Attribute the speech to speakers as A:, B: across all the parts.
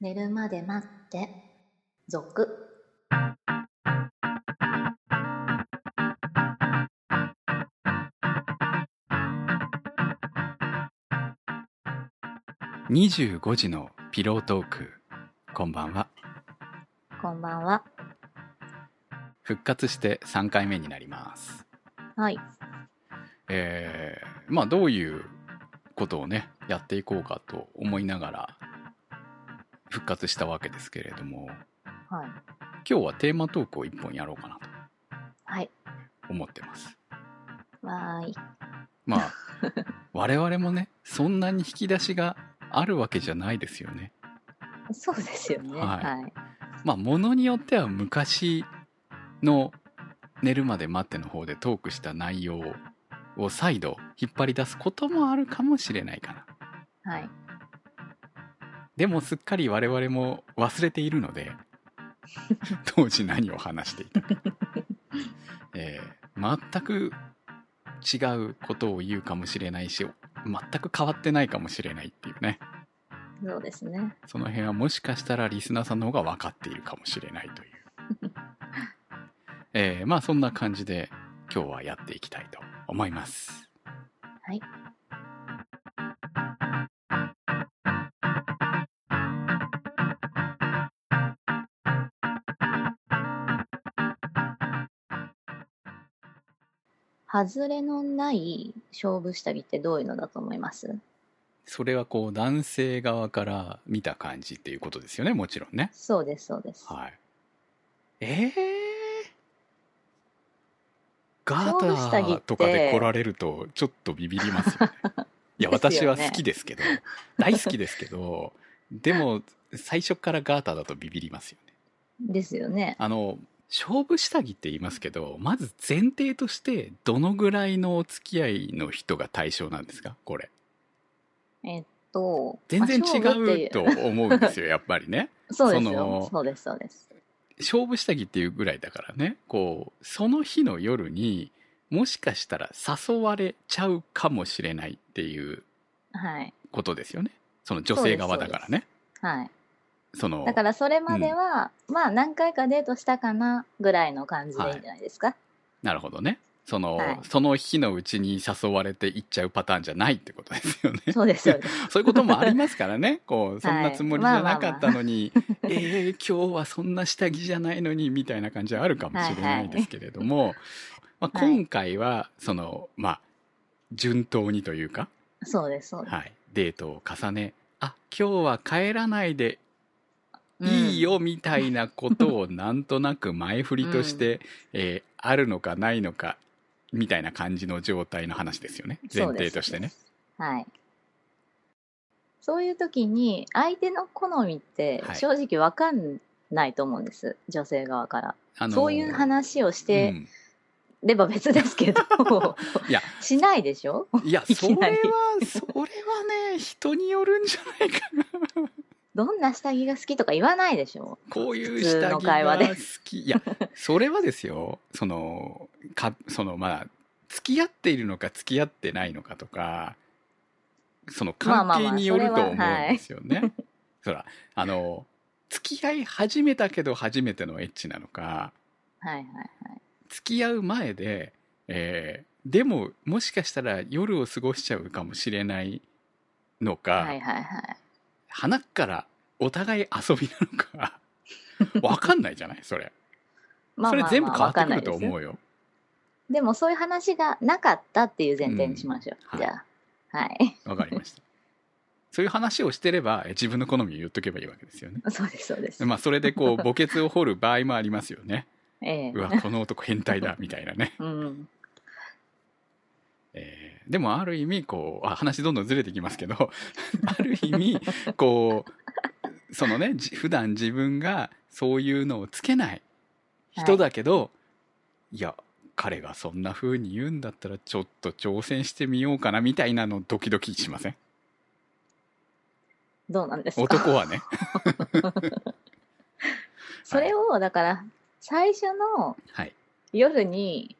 A: 寝るまで待って続
B: 25時のピロートークこんばんは
A: こんばんは
B: 復活して3回目になります
A: はい
B: えー、まあどういうことをねやっていこうかと思いながら復活したわけですけれども
A: はい
B: 今日はテーマトークを1本やろうかな
A: はい
B: と思ってます
A: わーい
B: まあ我々もねそんなに引き出しがあるわけじゃないですよね
A: そうですよね
B: は
A: はいい、
B: まあものによっては昔の「寝るまで待って」の方でトークした内容を再度引っ張り出すこともあるかもしれないかな
A: はい、
B: でもすっかり我々も忘れているので 当時何を話していたか、えー全く違うことを言うかもしれないし全く変わってないかもしれないっていうね
A: そうですね
B: その辺はもしかしたらリスナーさんの方が分かっているかもしれないという、えーまあそんな感じで今日はやっていきたいと思います
A: はい外れのない勝負下着ってどういうのだと思います
B: それはこう男性側から見た感じっていうことですよねもちろんね
A: そうですそうです、
B: はいえー、ガ
A: 勝負下着
B: ー
A: っ
B: タ
A: て
B: とかで来られるとちょっとビビりますよねいや
A: です
B: 私
A: よね
B: は好きですけど大好きですけどでも最初からガータだとビビりますよね
A: ですよね
B: あの勝負下着って言いますけどまず前提としてどのぐらいのお付き合いの人が対象なんですかこれ
A: えっと
B: 全然
A: まあ勝負ってい
B: 違うと思うんですよやっぱりね
A: そうです
B: その
A: よそうですそうです
B: 勝負下着っていうぐらいだからねこうその日の夜にもしかしたら誘われちゃうかもしれないっていう
A: はい
B: ことですよねその女性側だからね
A: はい
B: その
A: だからそれまでは、まあ何回かデートしたかなぐらいの感じでいいんじゃないですか、
B: なるほどねその、
A: はい
B: その日のうちに誘われていっちゃうパターンじゃないってことですよね
A: そうですそうです
B: そういうこともありますか らねこうそんなつもりじゃなかったのに、 えー今日はそんな下着じゃないのにみたいな感じはあるかもしれないですけれども、まあ、
A: はい
B: 今回はそのまあ順当にというか、
A: そうですそうです、
B: はい、デートを重ねあ今日は帰らないで
A: うん
B: いいよみたいなことをなんとなく前振りとして、えーあるのかないのかみたいな感じの状態の話ですよね前提としてね。
A: そうですはいそういう時に相手の好みって
B: はい
A: 正直わかんないと思うんです、女性側から、
B: あのー
A: そういう話をし
B: う
A: て
B: ん
A: れば別ですけど、
B: いや
A: しないでしょ
B: いや、
A: い
B: それ
A: き
B: は
A: なり、
B: それはね、人によるんじゃないかな。
A: どんな下着が好きとか言わないでしょ
B: こういう
A: 普通
B: 下
A: の
B: 着が
A: 会話で
B: 好き。いや、それはですよ、その、か、その、まあ、付き合っているのか付き合ってないのかとか、その
A: まあ
B: 関
A: まあま
B: 係
A: あ
B: によると
A: それ
B: 思
A: は
B: うんですよね。 そら、あの、付き合い始めたけど初めてのエッチなのか、
A: はいはい
B: 付き合う前で、えーでももしかしたら夜を過ごしちゃうかもしれないのか、
A: はいはいはいはい
B: 花からお互い遊びな のかわかんないじゃないそれ
A: まあ
B: それ
A: まあ
B: 全部変わ
A: わ
B: って
A: かん
B: く
A: な
B: る
A: いで
B: と
A: すよ
B: 思うよ
A: でもそういう話がなかったっていう前提にしましょう、
B: うん
A: じゃあはい
B: わかりましたそういう話をしてればえ自分の好みを言っとけばいいわけですよね
A: そうですそうです、
B: まあそれでこう墓穴を掘る場合もありますよ ね
A: ええ
B: うわこの男変態だみたいなね、
A: うん
B: えーでもある意味こうあ話どんどんずれてきますけ どある意味こうそのねじ普段自分がそういうのをつけない人だけど、い、や彼がそんな風に言うんだったらちょっと挑戦してみようかなみたいなのドキドキしません
A: どうなんですか
B: 男はね
A: それをだから最初の
B: はい
A: 夜に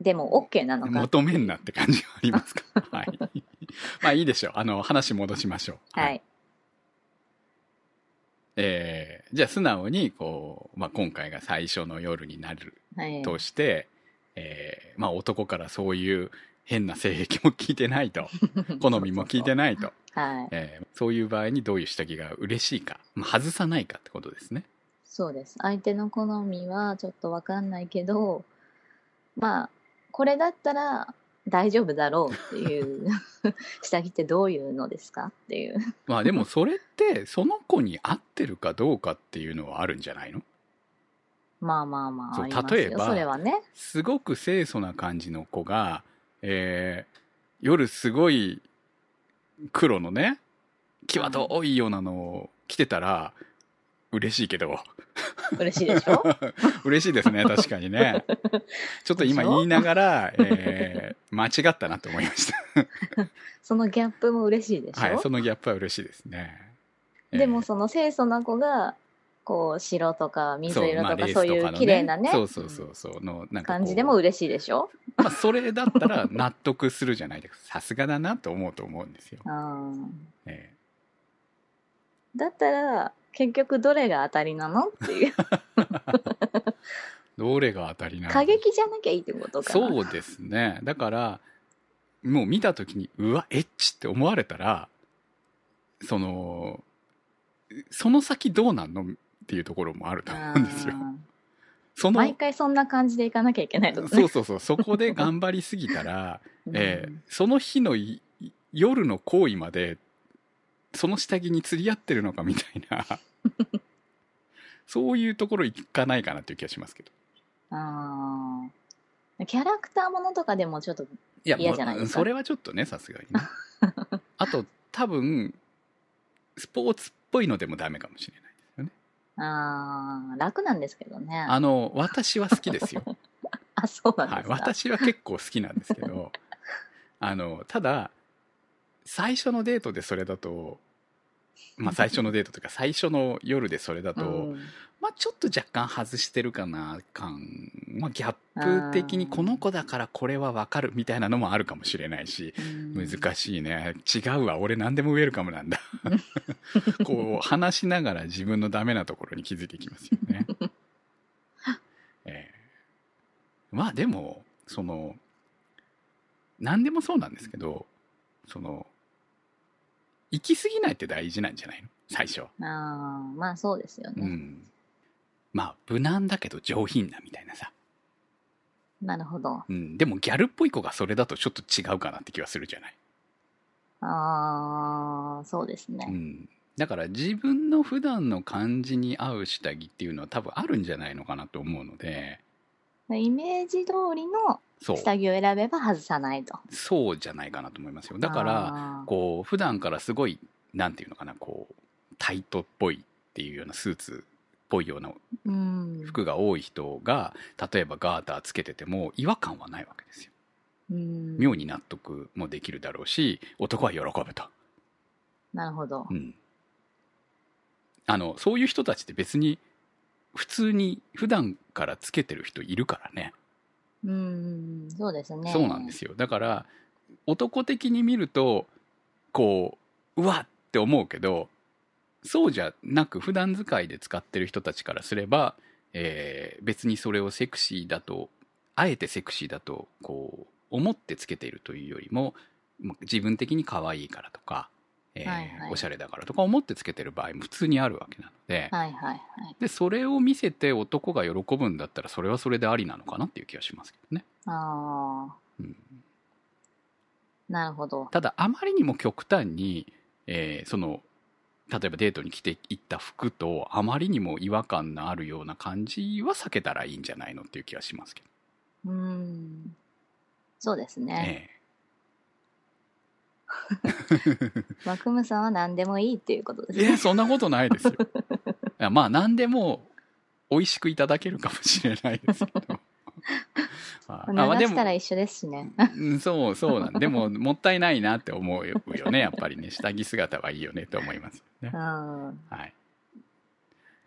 A: でも OK なのか
B: 求めんなって感じはありますかはいまあいいでしょうあの話戻しましょう
A: はい
B: えーじゃあ素直にこう、まあ、今回が最初の夜になる
A: はい。
B: として、えーまあ、男からそういう変な性癖も聞いてないと好みも聞いて
A: ない。
B: ないと
A: はい。
B: えーそういう場合にどういう下着が嬉しいか、まあ、外さないかってことですね。
A: そうです。相手の好みはちょっとわかんないけど、まあ、これだったら大丈夫だろうって いう、下着ってどういうのですかっていう。
B: まあでもそれってその子に合ってるかどうかっていうのはあるんじゃないの
A: まあまあま
B: そ
A: あ、
B: う
A: ありますよ
B: 例えば
A: それはね。
B: すごく清楚な感じの子が、えー夜すごい黒のね際どいようなのを着てたら嬉しいけど
A: 嬉しいでし ょ
B: 嬉しいですね確かに ねちょっと今
A: でしょ
B: 言いながら、えー間違ったなと思いました
A: そのギャップも嬉しいでしょ、
B: はいそのギャップは嬉しいですね、えー
A: でもその清楚な子が、こう、白とか水
B: そう
A: 色
B: まあ
A: と
B: レ
A: か
B: ース
A: そういう
B: の
A: 綺麗なね、
B: そうそうそうそうのなんかこう
A: 感じでも嬉しいでしょ
B: まあ、それだったら納得するじゃないですかさすがだなと思うと思うんですよ、
A: うん
B: ええ
A: だったら、結局どれが当たりなのっていう。
B: どれが当たりなの
A: 過激じゃなきゃいいってことかな。
B: そうですねだからもう見た時にうわエッチって思われたらそのその先どうなんのっていうところもあると思うんですよ
A: あー
B: その
A: 毎回そんな感じでいかなきゃいけないとか
B: そ
A: ね
B: う。そうそうそこで頑張りすぎたら
A: うん
B: えーその日のい夜の行為までその下着に釣り合ってるのかみたいな そういうところ行かないかなっていう気がしますけど
A: あーキャラクターものとかでもちょっと、
B: いや
A: 嫌
B: もう
A: じゃないですか
B: それはちょっとねさすがに ねあと多分スポーツっぽいのでもダメかもしれない
A: あー楽なんですけどね。
B: あの私は好きで すよ、
A: あ、そうなん
B: は
A: で
B: い
A: す、か。
B: 私は結構好きなんですけど あのただ最初のデートでそれだとまあ最初のデートというか最初の夜でそれだと、
A: うん
B: まあ、ちょっと若干外してるかな感、まあ、ギャップ的に
A: あー
B: この子だからこれはわかるみたいなのもあるかもしれないし
A: うん
B: 難しいね違うわ俺何でもウェルカムなん だこう話しながら自分のダメなところに気づいていきますよ ね、ええまあでもその何でもそうなんですけどその行き過ぎないって大事なんじゃないの最初
A: あーまあそうですよ
B: う
A: ね。
B: ん、まあ無難だけど上品なみたいなさ、
A: なるほど。
B: うん、でもギャルっぽい子がそれだとちょっと違うかなって気はするじゃない、
A: ああ、そうです
B: う
A: ね。
B: ん、だから自分の普段の感じに合う下着っていうのは多分あるんじゃないのかなと思うので
A: イメージ通りの
B: そう
A: 下着を選べば外さないと。
B: そうじゃないかなと思いますよだから
A: あー
B: こう普段からすごいなんていうのかなこうタイトっぽいっていうようなスーツっぽいような
A: うん、
B: 服が多い人が例えばガーターつけてても違和感はないわけですよ
A: うん
B: 妙に納得もできるだろうし男は喜ぶと、
A: なるほど
B: う。ん、あのそういう人たちって別に普通に普段からつけてる人いるからね
A: うん、そうですね。
B: そうなんですよだから男的に見るとこううわっって思うけどそうじゃなく普段使いで使ってる人たちからすれば、えー別にそれをセクシーだとあえてセクシーだとこう思ってつけているというよりもま自分的に可愛いからとか、えー
A: はいはい
B: おしゃれだからとか思ってつけてる場合も普通にあるわけなので,、
A: はいはいはい。
B: でそれを見せて男が喜ぶんだったらそれはそれでありなのかなっていう気がしますけどね。
A: ああ、
B: うん
A: なるほど。
B: ただあまりにも極端に、えーその例えばデートに着ていった服とあまりにも違和感のあるような感じは避けたらいいんじゃないのっていう気はしますけど
A: うん。そうですね。
B: ね、
A: マクムさんは何でもいいっていうことで
B: え
A: す
B: え
A: ね。
B: そんなことないですよいやまあ何でも美味しくいただけるかもしれないです けどああまあ
A: 流したら一緒ですしね。
B: うんそうそうなんでももったいないなって思うよねやっぱりね下着姿はいいよねと思いますよね
A: うん。
B: はい。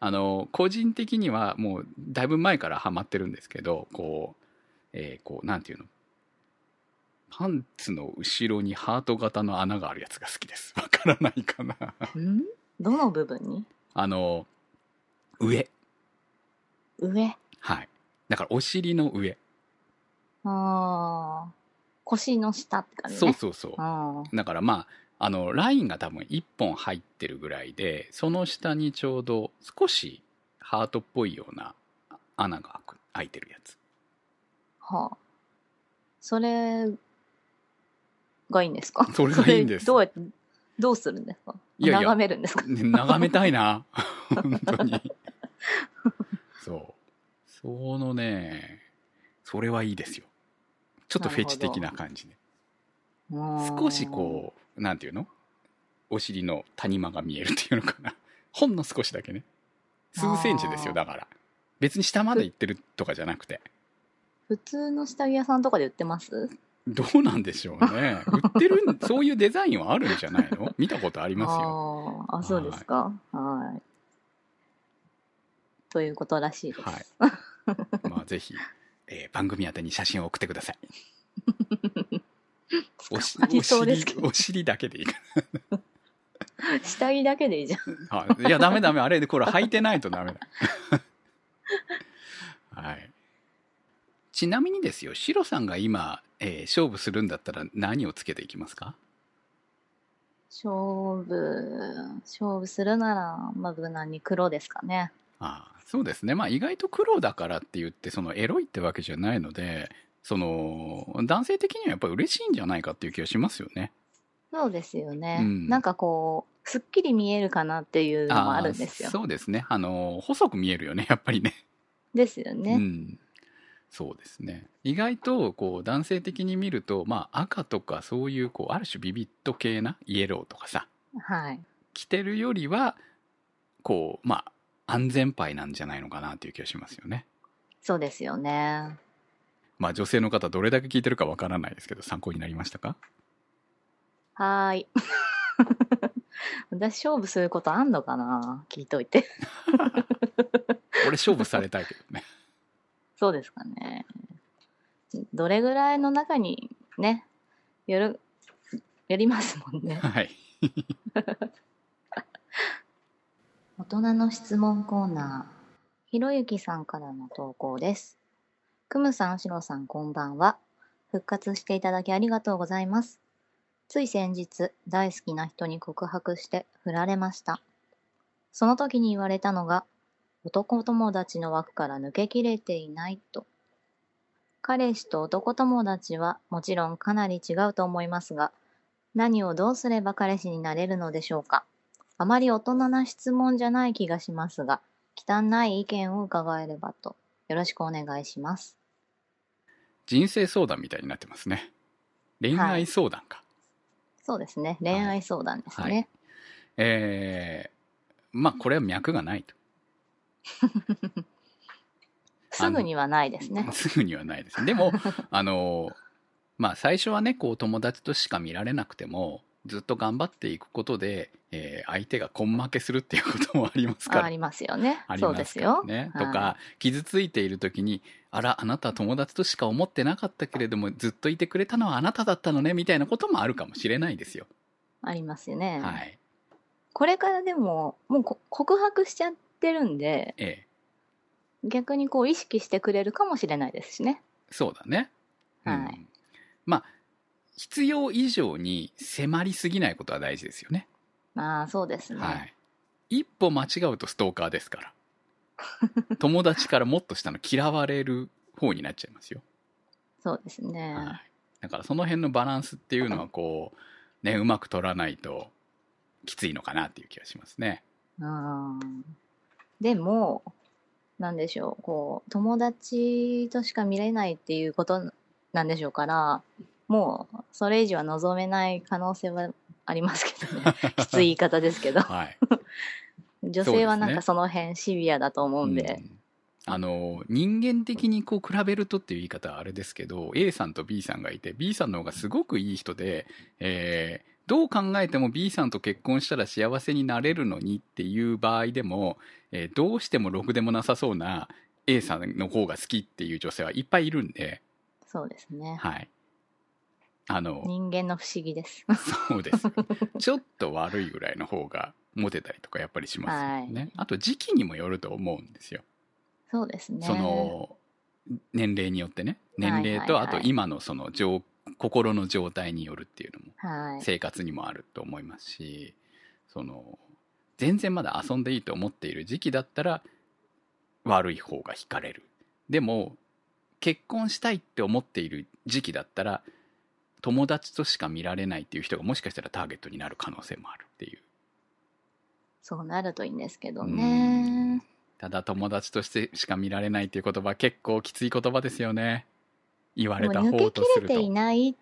B: あの、個人的にはもうだいぶ前からハマってるんですけど、こう、えーこう、なんていうのパンツの後ろに ハート型の穴があるやつが好きです。わからないかな。
A: んどの部分に
B: あの上
A: 上。
B: はいだからお尻の上、
A: ああ。腰の下って感じね。
B: そうそうそう
A: あ
B: だからまああのラインが多分1本入ってるぐらいでその下にちょうど少しハートっぽいような穴が開く開いてるやつ
A: あ。はあ。それがいいんですか
B: それがいいんです
A: それどうやって、どうするんですか
B: いやいや
A: 眺めるんですか
B: ね眺めたいな 本当にそうそのねそれはいいですよちょっとフェチ的な感じで少しこうなんていうのお尻の谷間が見えるっていうのかなほんの少しだけね数センチですよ
A: あー
B: だから別に下まで行ってるとかじゃなくて
A: うん。普通の下着屋さんとかで売ってます
B: どうなんでしょうね売ってるんそういうデザインはあるんじゃないの見たことありますよ
A: あーあ、そうですか。はい。ということらしいです。
B: はいまあぜひ、えー番組宛てに写真を送ってくだ さいおし
A: あり
B: お
A: そうですけ
B: 尻
A: ど
B: お尻だけでいいか
A: 下着だけでいいじゃん。
B: ら、はい、いやダメダメあれでこれ履いてないとダメだ はいちなみにですよシロさんが今、えー勝負するんだったら何をつけていきますか
A: 勝負、勝負するなら、まあ、無難に黒ですかね。
B: ああそうですねまあ意外と黒だからって言ってそのエロいってわけじゃないのでその男性的にはやっぱり嬉しいんじゃないかっていう気がしますよね。
A: そうですよね。
B: うん
A: なんかこう、すっきり見えるかなっていうのもあるんですよ
B: ああ。そうですねあの細く見えるよね やっぱりね。
A: ですよ
B: う
A: ね。
B: ん、そうですね意外とこう男性的に見ると、まあ、赤とかそういうこうある種ビビット系なイエローとかさ
A: はい。
B: 着てるよりはこうまあ安全牌なんじゃないのかなっていう気がしますよね。
A: そうですよね。
B: まあ女性の方どれだけ聞いてるかわからないですけど参考になりましたか
A: はーい。 私、勝負することあんのかな聞いといて。
B: 俺勝負されたいけどね
A: そうですかね。どれぐらいの中にね、よる、よりますもんね。
B: はい
A: 大人の質問コーナー。ひろゆきさんからの投稿です。くむさん、しろさん、こんばんは。復活していただきありがとうございます。つい先日、大好きな人に告白して振られました。その時に言われたのが、男友達の枠から抜けきれていないと。彼氏と男友達はもちろんかなり違うと思いますが、何をどうすれば彼氏になれるのでしょうかあまり大人な質問じゃない気がしますが、汚い意見を伺えればと、よろしくお願いします。
B: 人生相談みたいになってますね恋愛相談か、
A: そうですね。恋愛相談ですね。
B: はいえー、まあこれは脈がないと
A: すぐにはないですね。
B: すぐにはないです。で も、あの、まあ最初はね、こう友達としか見られなくても、ずっと頑張っていくことで、えー相手が根負けするっていうこともありますか
A: あ
B: ら。
A: ありますよね。
B: あり
A: そう
B: ま
A: ですす
B: から
A: よ。
B: ね。
A: はい
B: とか、傷ついている時に、あら、あなたは友達としか思ってなかったけれども、ずっといてくれたのはあなただったのね、みたいなこともあるかもしれないですよ。
A: ありますよね。
B: はい。
A: これからでも、もうこ告白しちゃってるんで、
B: ええ
A: 逆にこう意識してくれるかもしれないですしね。
B: そうだね。
A: はい
B: うんまあ、必要以上に迫りすぎないことは大事ですよね。
A: ああ、そうですね。
B: はい。一歩間違うとストーカーです から。友達からもっと下の嫌われる方になっちゃいますよ。
A: そうですね。
B: はい。だからその辺のバランスっていうのはこう、ね、うまく取らないときついのかなっていう気がしますね。
A: うんでも、なんでしょう、こう、友達としか見れないっていうことなんでしょうから、もう、それ以上は望めない可能性はありますけどね。 きつい言い方ですけど、
B: はい。
A: 女性はなん
B: そうですね
A: かその辺シビアだと思うんで、
B: うんあの、人間的にこう比べるとっていう言い方はあれですけど、A さんと B さんがいて、B さんの方がすごくいい人で、えーどう考えても B さんと結婚したら幸せになれるのにっていう場合でも、えーどうしてもろくでもなさそうな A さんの方が好きっていう女性はいっぱいいるんで、
A: そうですね。
B: はい。あの、
A: 人間の不思議です。
B: そうですよ。ちょっと悪いぐらいの方がモテたりとかやっぱりしますよね、
A: はい
B: あと時期にもよると思うんですよ、
A: そうですね。
B: その年齢によってね年齢と
A: はい
B: あ
A: はいはい
B: と今のその状心の状態によるっていうのも
A: はい。
B: 生活にもあると思いますしその全然まだ遊んでいいと思っている時期だったら悪い方が惹かれるでも結婚したいって思っている時期だったら友達としか見られないっていう人がもしかしたらターゲットになる可能性もあるっていう
A: そうなるといいんですけど
B: うん
A: ね。
B: ただ友達としてしか見られないっていう言葉結構きつい言葉ですよね言わ
A: で
B: れ
A: も
B: た
A: 抜
B: 方
A: け
B: と
A: きれ
B: する
A: て
B: と
A: いないっ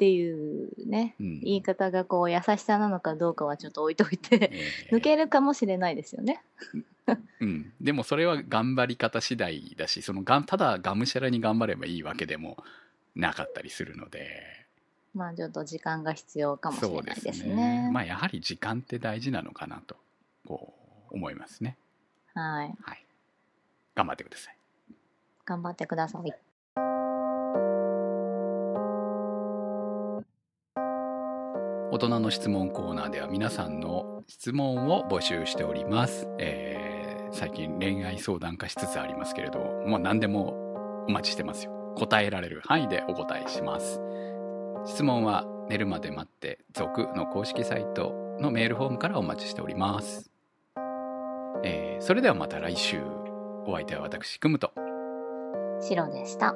A: ていうね、
B: うん
A: 言い方がこう優しさなのかどうかはちょっと置いといて、
B: ええ
A: 抜けるかもしれないですよね。
B: うん、でもそれは頑張り方次第だしそのがんただがむしゃらに頑張ればいいわけでもなかったりするので
A: まあちょっと時間が必要かもしれないですね。
B: まあやはり時間って大事なのかなとこう思いますね
A: はい。
B: はい頑張ってください
A: 頑張ってください。
B: 大人の質問コーナーでは皆さんの質問を募集しております、えー最近恋愛相談化しつつありますけれどもう何でもお待ちしてますよ答えられる範囲でお答えします質問は寝るまで待って続の公式サイトのメールフォームからお待ちしております、えーそれではまた来週お相手は私くむと
A: 白でした。